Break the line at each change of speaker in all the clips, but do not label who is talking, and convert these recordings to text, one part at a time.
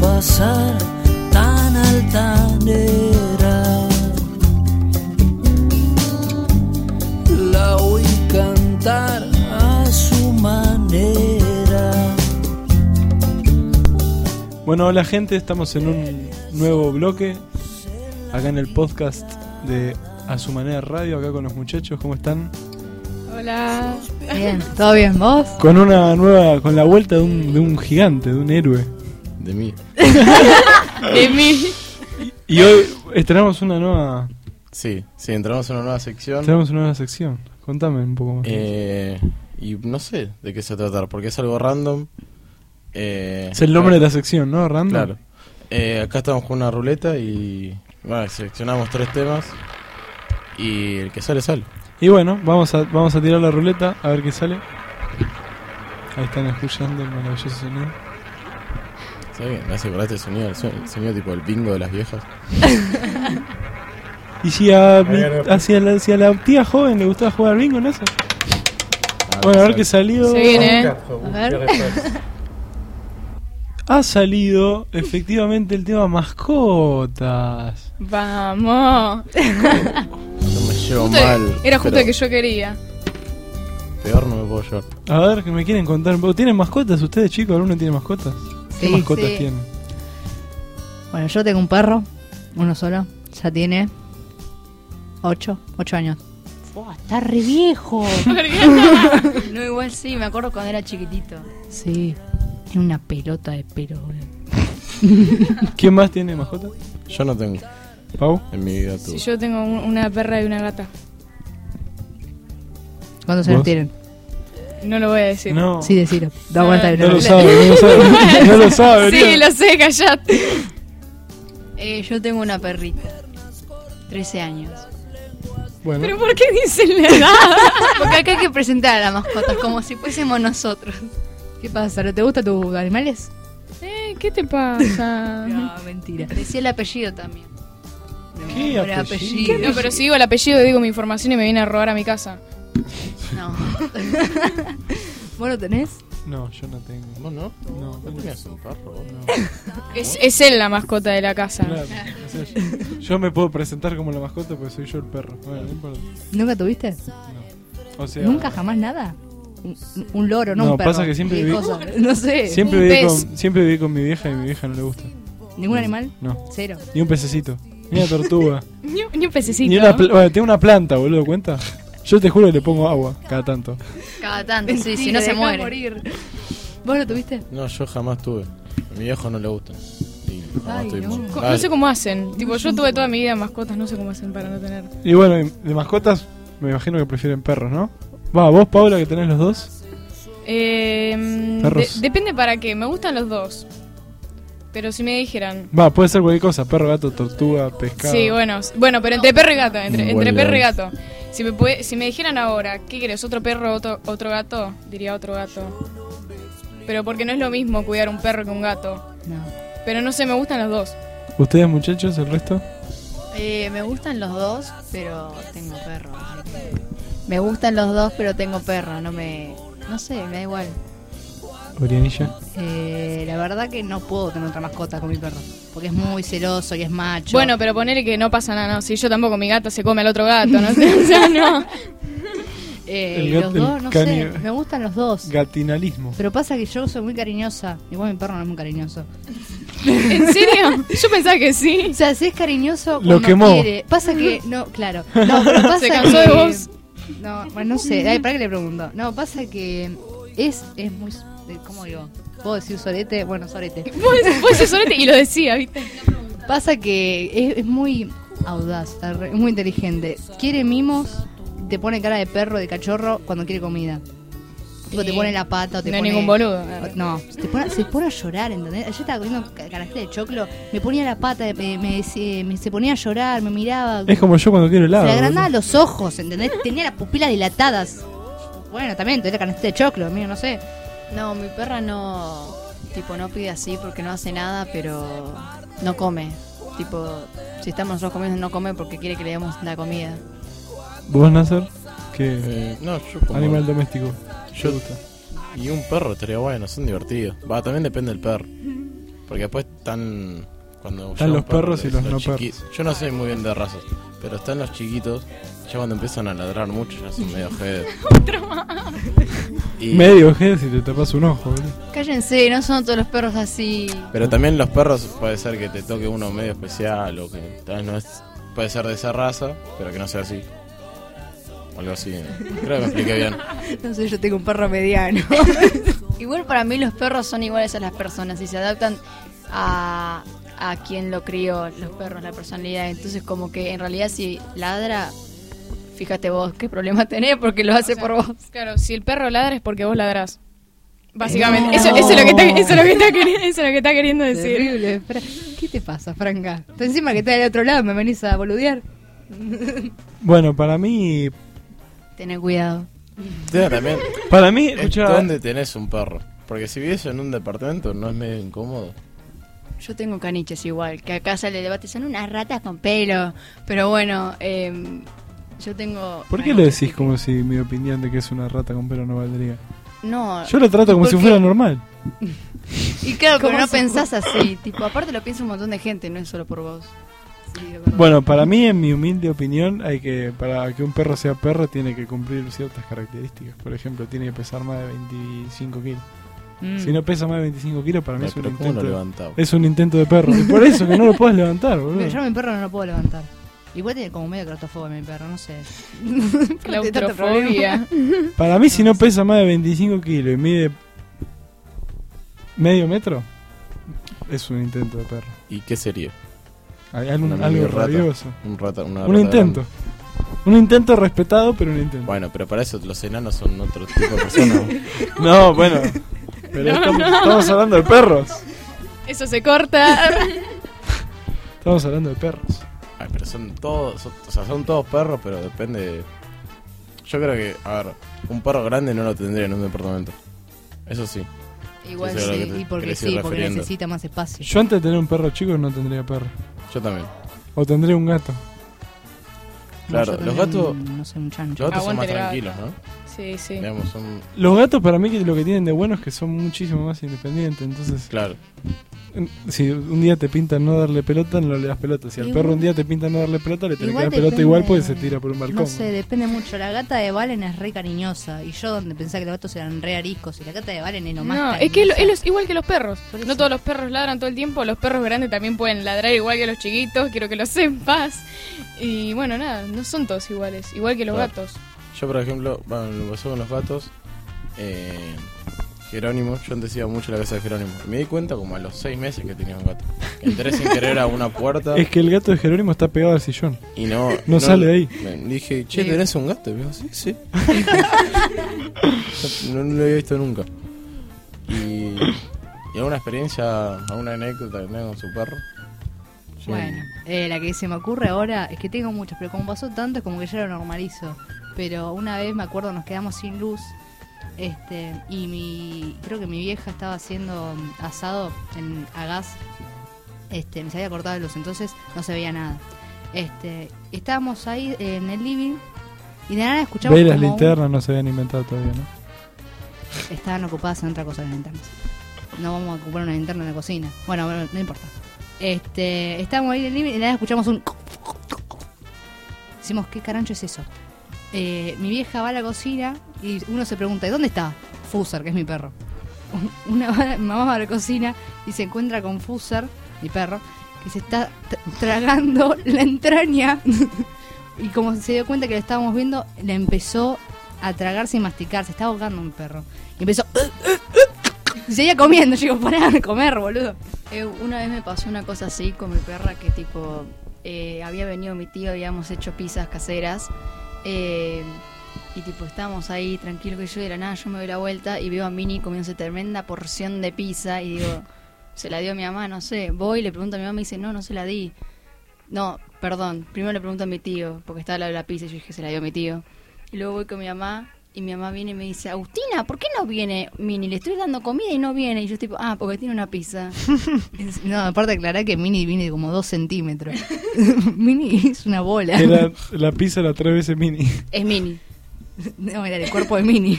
pasar tan altanera. La oí cantar a su manera.
Bueno, hola gente, estamos en un nuevo bloque acá en el podcast de A Su Manera Radio, acá con los muchachos, ¿cómo están?
Hola.
Bien, ¿todo bien vos?
Con una nueva, con la vuelta de un, de un gigante, de un héroe.
De mí.
De mí.
Y hoy estrenamos una nueva,
Sí, sí, entramos en una nueva sección.
estrenamos una nueva sección. Contame un poco más.
Eh, y no sé de qué se tratar, porque es algo random. Eh,
es el nombre de
claro,
la sección, ¿no? Random.
Claro. Eh, acá estamos con una ruleta y. Bueno, seleccionamos tres temas. Y el que sale, sale.
Y bueno, vamos a, vamos a tirar la ruleta a ver qué sale. Ahí están escuchando el maravilloso sonido.
¿Sabes qué? Me hace acordar este sonido, el sonido, el sonido tipo el bingo de las viejas.
Y si a, mi- hacia la, hacia la tía joven le gustaba jugar al bingo, ¿no? Eso.
Ah,
Bueno, a ver
que
qué salió.
Se viene, ¿eh?
A ver.
Ha salido efectivamente el tema mascotas.
Vamos.
sale. No me llevo
Justo-
mal.
Era justo
pero
el que yo quería.
Peor no me puedo llevar.
A ver, que me quieren contar un poco. ¿Tienen mascotas ustedes, chicos? ¿Alguno tiene mascotas? ¿Qué
Sí,
mascotas
sí.
tienen?
Bueno, yo tengo un perro, uno solo, ya tiene 8, 8 años.
Está re viejo. no, igual sí, me acuerdo cuando era chiquitito.
Sí, tiene una pelota de pelo, boludo.
¿Quién más tiene mascotas?
Yo no tengo
Pau.
en mi vida tú.
Si yo tengo un- una perra y una gata.
¿Cuántos años
¿Vos?
tienen?
No lo voy a decir.
No.
Sí, decilo. Da vuelta de
No lo
nuevo.
sabe, no lo sabe. No lo sabe.
Sí,
Oriana.
lo sé, callate.
Eh, yo tengo una perrita. 13 años.
Bueno,
¿Pero por qué dicen la edad?
Porque acá hay que presentar a las mascotas como si fuésemos nosotros.
¿Qué pasa? ¿No te gustan tus animales?
Eh, ¿Qué te pasa?
No, mentira.
Decía el apellido también.
¿Qué
Nombre,
apellido?
apellido.
No, pero si digo el apellido, digo mi información y me viene a robar a mi casa.
No.
¿Vos lo tenés?
no, yo no tengo.
¿Vos no?
No,
¿No tenías un perro? vos?
Es, es él la mascota de la casa.
Claro, o sea, yo- yo me puedo presentar como la mascota porque soy yo el perro. Bueno, no importa.
¿Nunca tuviste?
O sea,
¿Nunca jamás nada? Un, un loro, no,
No,
un perro.
pasa que siempre
¿Qué
viví-
cosa? No sé.
siempre
Un
viví,
pez.
con, siempre viví con mi vieja y mi vieja no le gusta.
¿Ningún animal?
No.
Cero.
Ni un pececito, ni una tortuga,
Ni, un- ni un pececito.
ni una pla- bueno, tengo una planta, boludo, ¿cuenta? Yo te juro que le pongo agua cada tanto.
Cada tanto, sí, si
Mentira,
no se
dejá
muere.
morir. ¿Vos lo tuviste?
No, yo jamás tuve. A mi viejo no le gusta. Y jamás
Ay,
tuvimos.
no.
Co-
Dale.
No sé cómo hacen. Tipo, yo tuve toda mi vida mascotas, no sé cómo hacen para no tener.
Y bueno, y de mascotas me imagino que prefieren perros, ¿no? Va, vos Paula que tenés los dos.
Eh, mm,
Perros.
de- depende para qué. Me gustan los dos. Pero si me dijeran.
Va, puede ser cualquier cosa, perro, gato, tortuga, pescado.
Sí, bueno. s- Bueno, pero entre perro y gato. Entre,
Un
entre
buen
perro y
león.
gato. Si me, puede- si me dijeran ahora, ¿qué querés? ¿Otro perro o otro, otro gato? Diría otro gato. Pero porque no es lo mismo cuidar un perro que un gato.
No.
Pero no sé, me gustan los dos.
Ustedes muchachos, el resto.
Eh, me gustan los dos, pero tengo perro. así que- Me gustan los dos, pero tengo perro. No me. No sé, me da igual.
Orianilla.
Eh, la verdad que no puedo tener otra mascota con mi perro. Porque es muy celoso y es macho.
Bueno, pero ponerle que no pasa nada, no. Si yo tampoco, mi gato se come al otro gato, no sé. O sea, no.
Eh,
el
y
gato-
los dos,
el
no
cani-
sé. Me gustan los dos.
Gatinalismo.
Pero pasa que yo soy muy cariñosa. Igual mi perro no es muy cariñoso.
¿En serio? Yo pensaba que sí.
O sea, si es
Lo
cariñoso, cuando
quemó.
quiere. Pasa que. No, claro. No, pero pasa
Se cansó
que-
de vos.
No, bueno, no sé. Ay, para que le pregunto. No, pasa que. Es, es muy. eh, ¿Cómo digo? ¿Puedo decir sorete? Bueno, sorete.
Fue ese sorete y lo decía, ¿viste?
Pasa que es, es muy audaz, arre- es muy inteligente. Quiere mimos, te pone cara de perro, de cachorro cuando quiere comida. Tipo,
Sí.
te pone la pata o te
No hay
pone-
ningún boludo.
o- No, te pone- se pone a llorar, ¿entendés? Ayer estaba comiendo ca- canasta de choclo, me ponía la pata, eh, me, me decía- me- se ponía a llorar, me miraba.
Es como yo cuando quiero
se
helado.
le agrandaba
boludo.
los ojos, ¿entendés? Tenía las pupilas dilatadas. Bueno, también, tenía canasta de choclo, amigo, no sé.
No, mi perra no. Tipo, no pide así porque no hace nada, pero. No come. Tipo, si estamos nosotros comiendo, no come porque quiere que le demos la comida.
¿Vos Nasser? Que
Eh, no, yo como-
animal doméstico.
Yo-
¿Te gusta?
Y un perro estaría bueno, son divertidos. Va, también depende del perro. Porque después están. Cuando
Están
llevan
los perros y los no
chiqui- Yo no sé muy bien de razas, pero están los chiquitos. Ya cuando empiezan a ladrar mucho, ya son medio head. y,
Medio head si te tapas un ojo, boludo.
Cállense, no son todos los perros así.
Pero también los perros puede ser que te toque uno medio especial o que tal vez no es. Puede ser de esa raza, pero que no sea así. O algo así. Creo que me expliqué bien.
No sé, yo tengo un perro mediano.
Igual para mí los perros son iguales a las personas y se adaptan a, a quien lo crió, los perros, la personalidad. Entonces como que en realidad si ladra, fíjate vos qué problema tenés porque lo hace
O sea,
por vos.
Claro, si el perro ladra es porque vos ladrás.
Eh.
Básicamente, eso,
No.
eso es lo que está, eso es lo que está queri- eso es lo que está queriendo decir.
Terrible. Fra- ¿Qué te pasa, Franca? Tú encima que estás del otro lado me venís a boludear.
Bueno, para mí.
Tené cuidado.
Tema también.
Para mí,
es
escuchá,
¿Dónde tenés un perro? Porque si vivís en un departamento no es medio incómodo.
Yo tengo caniches igual, que acá sale el debate, son unas ratas con pelo. Pero bueno, eh, yo tengo...
¿Por qué lo decís como si mi opinión de que es una rata con pelo no valdría?
No,
Yo lo trato como
Ah, ¿Por
si
qué?
fuera normal.
y claro, pero
¿Cómo
no
se-
pensás así. Tipo, aparte lo piensa un montón de gente, no es solo por vos. Sí, de verdad.
Bueno, para mí, en mi humilde opinión, hay que para que un perro sea perro tiene que cumplir ciertas características. Por ejemplo, tiene que pesar más de 25 kilos. Si no pesa más de 25 kilos, para mí
Ay,
es un
Eh, Pero ¿cómo lo
intento.
levantaba?
es un intento de perro. Y por eso que no lo puedes levantar, boludo.
Mira, yo a mi perro no lo puedo levantar. Igual tiene como medio claustrofobia mi perro, no sé.
Este Claustrofobia.
Para mí, si no pesa más de 25 kilos y mide medio metro, es un intento de perro.
¿Y qué sería?
Hay algún-
Una
algo
medio rata.
rabioso.
Un rata, una
Un
rata
intento.
grande.
Un intento respetado, pero un intento.
Bueno, pero para eso los enanos son otro tipo de personas.
No, bueno. Pero estamos, estamos hablando de perros.
Eso se corta.
Estamos hablando de perros.
Ay, pero son todos, son- o sea, son todos perros, pero depende. de- Yo creo que, a ver, un perro grande no lo tendría en un departamento. Eso sí.
Igual
Eso es lo
sí,
que te
y porque
querés
sí,
ir
porque
refiriendo.
necesita más espacio.
Yo antes de tener un perro chico no tendría perro.
Yo también.
O tendría un gato.
Claro,
yo
los
también,
gatos-
No sé, un chancho.
Los gatos son
Aguante
más
el gato.
tranquilos, ¿no?
Sí, sí.
Digamos, son.
Los gatos para mí que lo que tienen de bueno es que son muchísimo más independientes. Entonces,
Claro.
en- si un día te pintan no darle pelota, no le das pelota. Si al
Igual-
perro un día te pintan no darle pelota, le tenés que
igual
dar pelota
depende-
igual porque se tira por un balcón.
No sé, depende mucho. La gata de Valen es re cariñosa. Y yo donde pensaba que los gatos eran re ariscos. Y la gata de Valen es nomás.
No,
cariñosa.
es que lo- es los- igual que los perros.
Por eso.
No todos los perros ladran todo el tiempo. Los perros grandes también pueden ladrar igual que los chiquitos. Quiero que lo sepas. Y bueno, nada, no son todos iguales. Igual que los
Claro.
gatos.
Yo, por ejemplo, bueno, me pasó con los gatos. eh, Jerónimo, yo antes iba mucho a la casa de Jerónimo. Me di cuenta como a los seis meses que tenía un gato. Entré sin querer a una puerta
Es que el gato de Jerónimo está pegado al sillón.
y no.
No sale de ahí.
me- dije, che,
Sí.
¿tenés un gato? Y me dijo, sí, sí. no, no lo había visto nunca. Y. Y alguna experiencia, alguna anécdota que tenga con su perro. Yo-
Bueno, eh, la que se me ocurre ahora es que tengo muchas, pero como pasó tanto es como que ya lo normalizo. Pero una vez me acuerdo nos quedamos sin luz, este, y mi, creo que mi vieja estaba haciendo mm, asado en, a gas, este, me se había cortado la luz, entonces no se veía nada. Este, estábamos ahí eh, en el living y de nada escuchamos
Ve las
como un-
linternas no se habían inventado todavía, ¿no?
estaban ocupadas en otra cosa las linternas. No vamos a ocupar una linterna en la cocina. Bueno, bueno, no importa. Este, estábamos ahí en el living y de la nada escuchamos un Decimos, ¿qué carancho es eso? Eh, mi vieja va a la cocina y uno se pregunta, ¿y dónde está? Fuser, que es mi perro. Una va- mi mamá va a la cocina y se encuentra con Fuser, mi perro, que se está tra- tragando la entraña. y como se dio cuenta que lo estábamos viendo, la empezó a tragarse y masticar. Se estaba ahogando un perro. Y empezó. Y seguía comiendo. Yo digo, pará de comer, boludo.
Eh, una vez me pasó una cosa así con mi perra que tipo eh, había venido mi tío, habíamos hecho pizzas caseras eh, y tipo estábamos ahí tranquilo que yo y de la nada, yo me doy la vuelta y veo a Mini comiéndose tremenda porción de pizza y digo, se la dio mi mamá, no sé, voy, le pregunto a mi mamá y me dice, no, no se la di. No, perdón, primero le pregunto a mi tío, porque estaba la de la pizza y yo dije, se la dio mi tío. Y luego voy con mi mamá y mi mamá viene y me dice, Agustina, ¿por qué no viene Mini? Le estoy dando comida y no viene. Y yo tipo, ah, porque tiene una pizza.
No, aparte aclará que Mini viene de como dos centímetros. Mini es una bola.
Era la pizza la tres veces mini.
Es Mini.
No, era el cuerpo de Mini.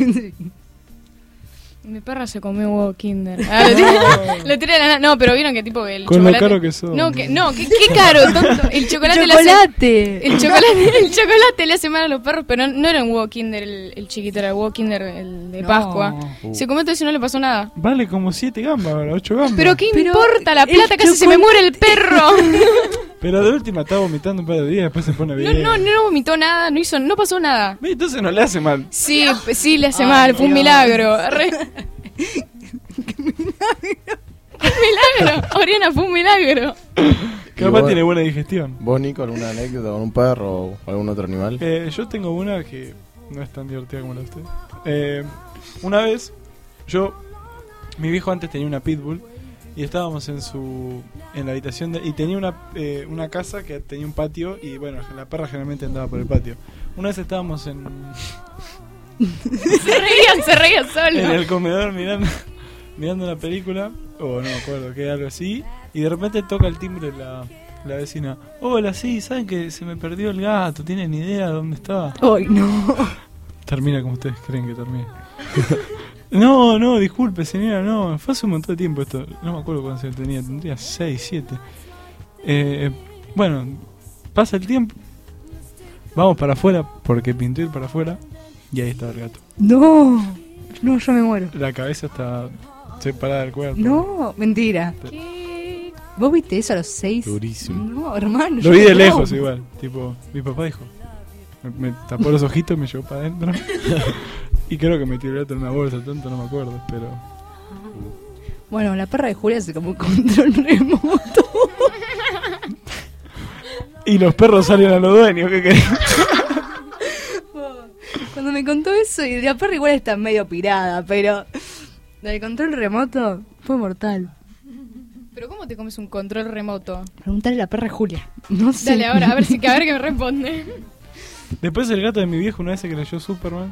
Mi perra se comió un huevo Kinder. Ah, lo tiré, lo tiré a la na- No, pero vieron que tipo el
Con lo
chocolate.
caro que son.
No, que, no, que- qué caro, tonto. El chocolate, le hace.
¡Chocolate!
El chocolate, el chocolate le hace mal a los perros, pero no era un huevo Kinder el, el chiquito, era el huevo Kinder el de
No.
Pascua. Se comió todo eso y no le pasó nada.
Vale como 7 gambas, 8 gambas.
Pero qué
Pero
importa la
el
plata, casi se me
chocolate-
muere el perro.
Pero de última está vomitando un par de días, después se pone
No,
bien.
no, no vomitó nada, no hizo, no pasó nada.
Ve, Entonces no le hace mal.
Sí, p- sí le hace
Ay,
mal, fue un
Dios.
milagro. Re- ¡Qué milagro! Oriana fue un milagro.
Capaz
bueno.
tiene buena digestión.
¿Vos, Nico, alguna anécdota con un perro o algún otro animal?
Eh, yo tengo una que no es tan divertida como la de usted. Eh, una vez, yo, mi viejo antes tenía una pitbull y estábamos en su en la habitación de- y tenía una, eh, una casa que tenía un patio y bueno, la perra generalmente andaba por el patio. Una vez estábamos en,
Se reía, se reía
en
solo.
el comedor mirando, mirando una película, o no me acuerdo, que era algo así, y de repente toca el timbre la, la vecina. Hola, sí, ¿saben que se me perdió el gato? ¿Tienen idea dónde estaba?
¡Ay, no!
Termina como ustedes creen que termina. no, no, disculpe, señora, no. Fue hace un montón de tiempo esto. No me acuerdo cuántos años tenía. Tendría 6, 7. Eh, bueno, pasa el tiempo. Vamos para afuera porque pintó ir para afuera. Y ahí estaba el gato.
¡No! No, yo me muero.
La cabeza está separada del cuerpo.
No, mentira.
¿Qué?
¿Vos viste eso a los seis?
Durísimo.
No, hermano.
Lo
yo
vi de
no.
lejos igual. Tipo, mi papá dijo. Me, me tapó los ojitos, me llevó para adentro. y creo que me tiró el gato en una bolsa, tanto no me acuerdo, pero.
Bueno, la perra de Julia se como control remoto.
Y los perros salen a los dueños, ¿qué querés?
Cuando me contó eso, y la perra igual está medio pirada, pero. La de control remoto fue mortal.
¿Pero cómo te comes un control remoto?
Preguntale a la perra de Julia. No sé.
Dale ahora, a ver si a ver que me responde.
Después el gato de mi viejo una vez se creyó Superman.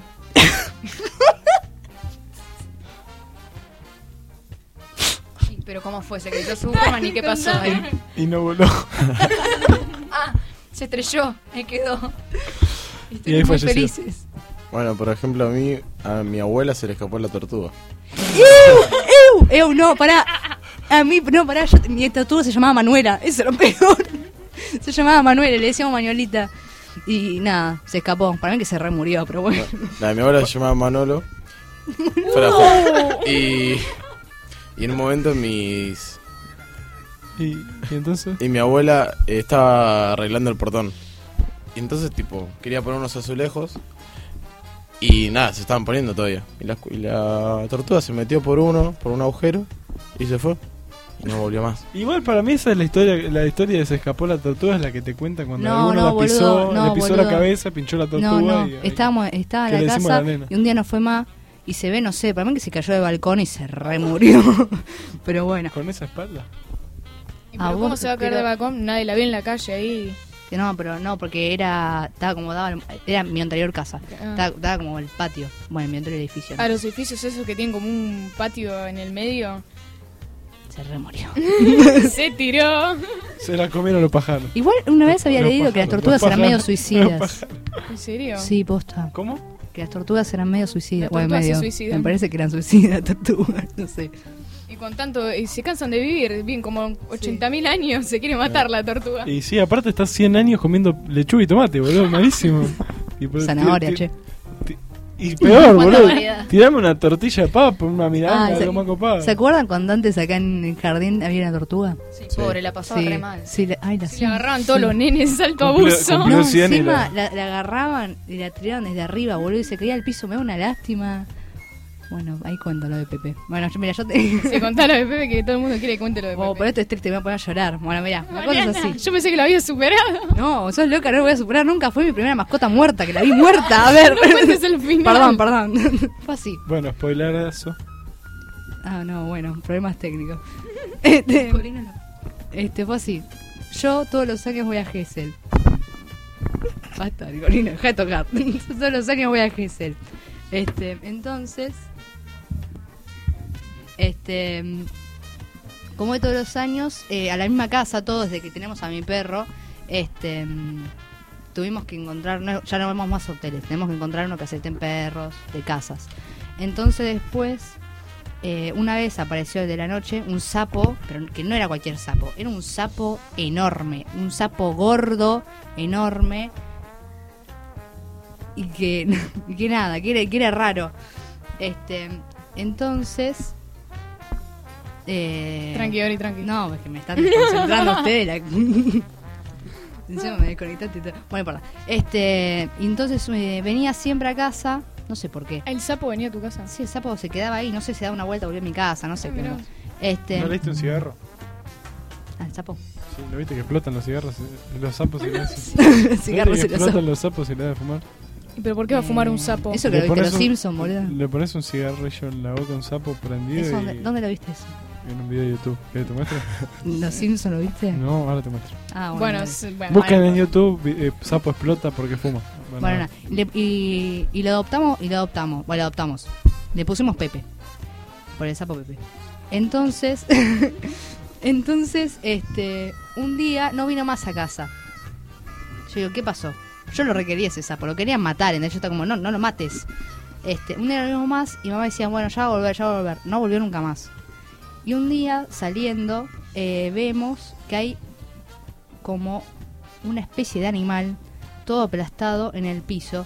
Sí, pero ¿cómo fue? Se creyó Superman y ¿qué pasó ahí?
Y no voló.
Se estrelló, ahí quedó.
Y ahí
muy
falleció.
felices.
Bueno, por ejemplo, a mí, a mi abuela se le escapó la tortuga.
¡Ew! ¡Ew! ¡Ew! No, pará. A mí, no, pará. yo- mi tatuaje se llamaba Manuela. Eso es lo peor. Se llamaba Manuela, le decíamos Manuelita. Y nada, se escapó. Para mí que se remurió, pero bueno.
La de mi abuela se llamaba Manolo. Fue la joven. Y, y en un momento mis
Y, y entonces.
y mi abuela eh, estaba arreglando el portón. Y entonces, tipo, quería poner unos azulejos. Y nada, se estaban poniendo todavía. Y la, y la tortuga se metió por uno, por un agujero, y se fue. Y no volvió más.
Igual para mí esa es la historia, la historia de se escapó la tortuga es la que te cuentan cuando
No,
alguno
no,
la pisó,
boludo, no,
le pisó la
boludo.
cabeza, pinchó la tortuga
No, no,
y. ay,
estábamos, estaba
¿Qué
en
le
la
decimos
casa
a la nena?
y un día no fue más y se ve, no sé, para mí que se cayó del balcón y se remurió. Pero bueno,
Con esa espalda.
¿Y
Ah,
pero
vos,
cómo se va a caer de
pero-
balcón? Nadie la vio en la calle ahí.
que no, pero no, porque era, estaba como daba, era mi anterior casa,
Ah.
estaba, estaba como el patio, bueno, mi anterior edificio, ¿no?
A los edificios esos que tienen como un patio en el medio.
se remurió.
Se tiró.
Se la comieron los pájaros.
Igual una vez había
Los
leído que las
pájaros,
tortugas
los
eran medio
pájaros, los
suicidas.
pájaros.
¿En serio?
Sí, posta.
¿Cómo?
Que las tortugas eran medio suicidas.
Las
Bueno,
tortugas se
medio.
suicidan.
Me parece que eran suicidas tortugas, no sé.
Y con tanto, y se cansan de vivir, bien como 80.000 años, se quiere matar la tortuga.
Y sí, aparte estás 100 años comiendo lechuga y tomate, boludo, malísimo. Y por-
Zanahoria,
ti-
che.
ti- Y peor,
Cuánta
boludo.
variedad.
Tirame una tortilla de papa, una
Ah,
mirada,
se-
algo más copado.
¿Se acuerdan cuando antes acá en el jardín había una tortuga?
Sí, pobre, la pasaba
sí,
re mal.
Sí, la, ay, la
Se
sí,
le agarraban todos
sí.
los nenes, alto
Cumplió-
abuso.
cumplió-
No,
Los cien y
encima la... la agarraban y la tiraban desde arriba, boludo, y se caía al piso, me da una lástima. Bueno, ahí cuento lo de Pepe. Bueno, yo, mira, yo
Se
te...
contá lo de Pepe que todo el mundo quiere que cuente lo de Pepe.
Oh, pero esto es triste, me voy a poner a llorar. Bueno, mira, la cosa es
Mariana,
así.
Yo pensé que lo había superado.
No, sos loca, no lo voy a superar nunca. Fue mi primera mascota muerta, que la vi muerta. A ver,
No cuentes el final.
perdón, perdón. Fue así.
Bueno, spoilerazo.
Ah, no, bueno, problemas técnicos. Este, este fue así. Yo todos los años voy a Gessel. Basta, Nicolina, deja de tocar. Yo todos los años voy a Gessel. Este, entonces. Este. Como de todos los años, eh, a la misma casa, todos desde que tenemos a mi perro, este. mm, Tuvimos que encontrar, no- ya no vemos más hoteles, tenemos que encontrar uno que acepten perros de casas. Entonces después eh, una vez apareció de la noche un sapo, pero que no era cualquier sapo, era un sapo enorme, un sapo gordo, enorme, y que, y que nada, que era, que era raro. Este, entonces... Eh,
Tranqui, Ori, tranqui.
no, es que me están desconcentrando ustedes. La... Encima me desconectaste. y todo. Bueno, no importa. Este, y entonces eh, venía siempre a casa, no sé por qué.
El sapo venía a tu casa.
Sí, el sapo se quedaba ahí, no sé, se daba una vuelta, volvió a mi casa, no sé.
Ay,
qué
Ah, mirá.
onda. este,
¿No leíste un cigarro?
ah, el sapo.
Sí, ¿no viste que explotan los cigarros? y- Los sapos y le hacen.
El cigarro
¿No viste
se
que
lo
explotan los sapos y le dan de fumar?
¿Y ¿Pero por qué va a fumar un sapo?
Eh, Eso que lo viste en los
un-
Simpsons, boludo.
Le pones un cigarrillo en la boca a un sapo prendido
Eso,
y,
¿Dónde lo viste eso?
en un video de YouTube. ¿Querés que te muestre?
¿En ¿Los Simpsons lo viste?
No, ahora te muestro.
Ah, bueno.
Bueno,
dale.
es- bueno,
Busquen
ahí-
en YouTube vi- eh, sapo explota porque fuma. Bueno,
Bueno, nada. Le- y, y lo adoptamos, y lo adoptamos. Bueno, lo adoptamos. Le pusimos Pepe. Por el sapo Pepe. Entonces, entonces, este, un día no vino más a casa. Yo digo, ¿qué pasó? Yo lo requería ese sapo, lo querían matar, entonces yo estaba como, no, no lo mates. Este, un día no vino más y mamá decía, bueno, ya va a volver, ya va a volver. No volvió nunca más. Y un día, saliendo, eh, vemos que hay como una especie de animal todo aplastado en el piso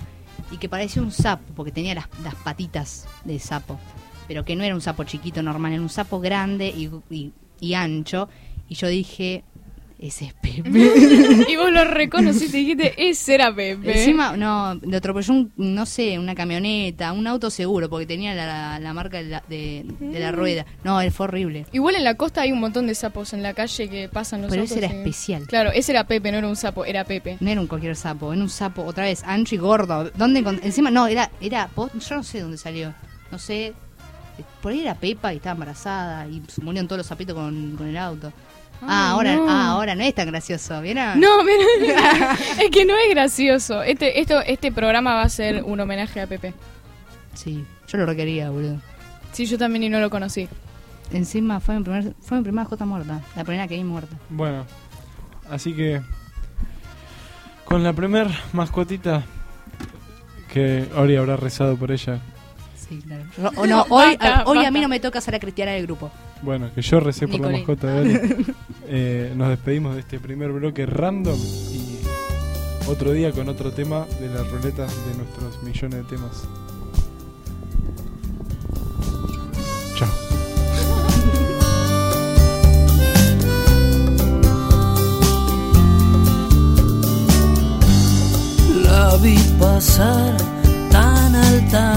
y que parecía un sapo, porque tenía las, las patitas de sapo, pero que no era un sapo chiquito normal, era un sapo grande y, y- y ancho. Y yo dije, ese es Pepe.
Y vos lo reconociste y dijiste, ese era Pepe.
Encima, no, lo atropelló, un, no sé, una camioneta, un auto seguro, porque tenía la, la marca de la, de- de la rueda. No, él fue horrible.
Igual en la costa hay un montón de sapos en la calle que pasan los
Pero
autos
ese era
y-
especial.
Claro, ese era Pepe, no era un sapo, era Pepe.
No era un cualquier sapo, era un sapo, otra vez, ancho y gordo. ¿Dónde encont- Encima, no, era, era, po- yo no sé dónde salió. No sé, eh, por ahí era Pepa y estaba embarazada y se murieron todos los sapitos con, con el auto. ah,
Ay,
ahora,
no.
ah, ahora no es tan gracioso, ¿vieron?
No, mira, es que no es gracioso. Este, esto, este programa va a ser un homenaje a Pepe.
Sí, yo lo requería, boludo.
Sí, yo también y no lo conocí.
Encima fue mi, primer, fue mi primera Jota muerta, la primera que vi muerta.
Bueno, así que con la primer mascotita que Ori habrá rezado por ella.
Sí, claro. Ro- o no, hoy,
Basta,
a, hoy a mí
basta.
no me toca ser la cristiana del grupo.
Bueno, que yo recé por la
Nicolín.
mascota de Ori. Eh, nos despedimos de este primer bloque random y otro día con otro tema de la ruleta de nuestros millones de temas. Chao.
La vi pasar tan alta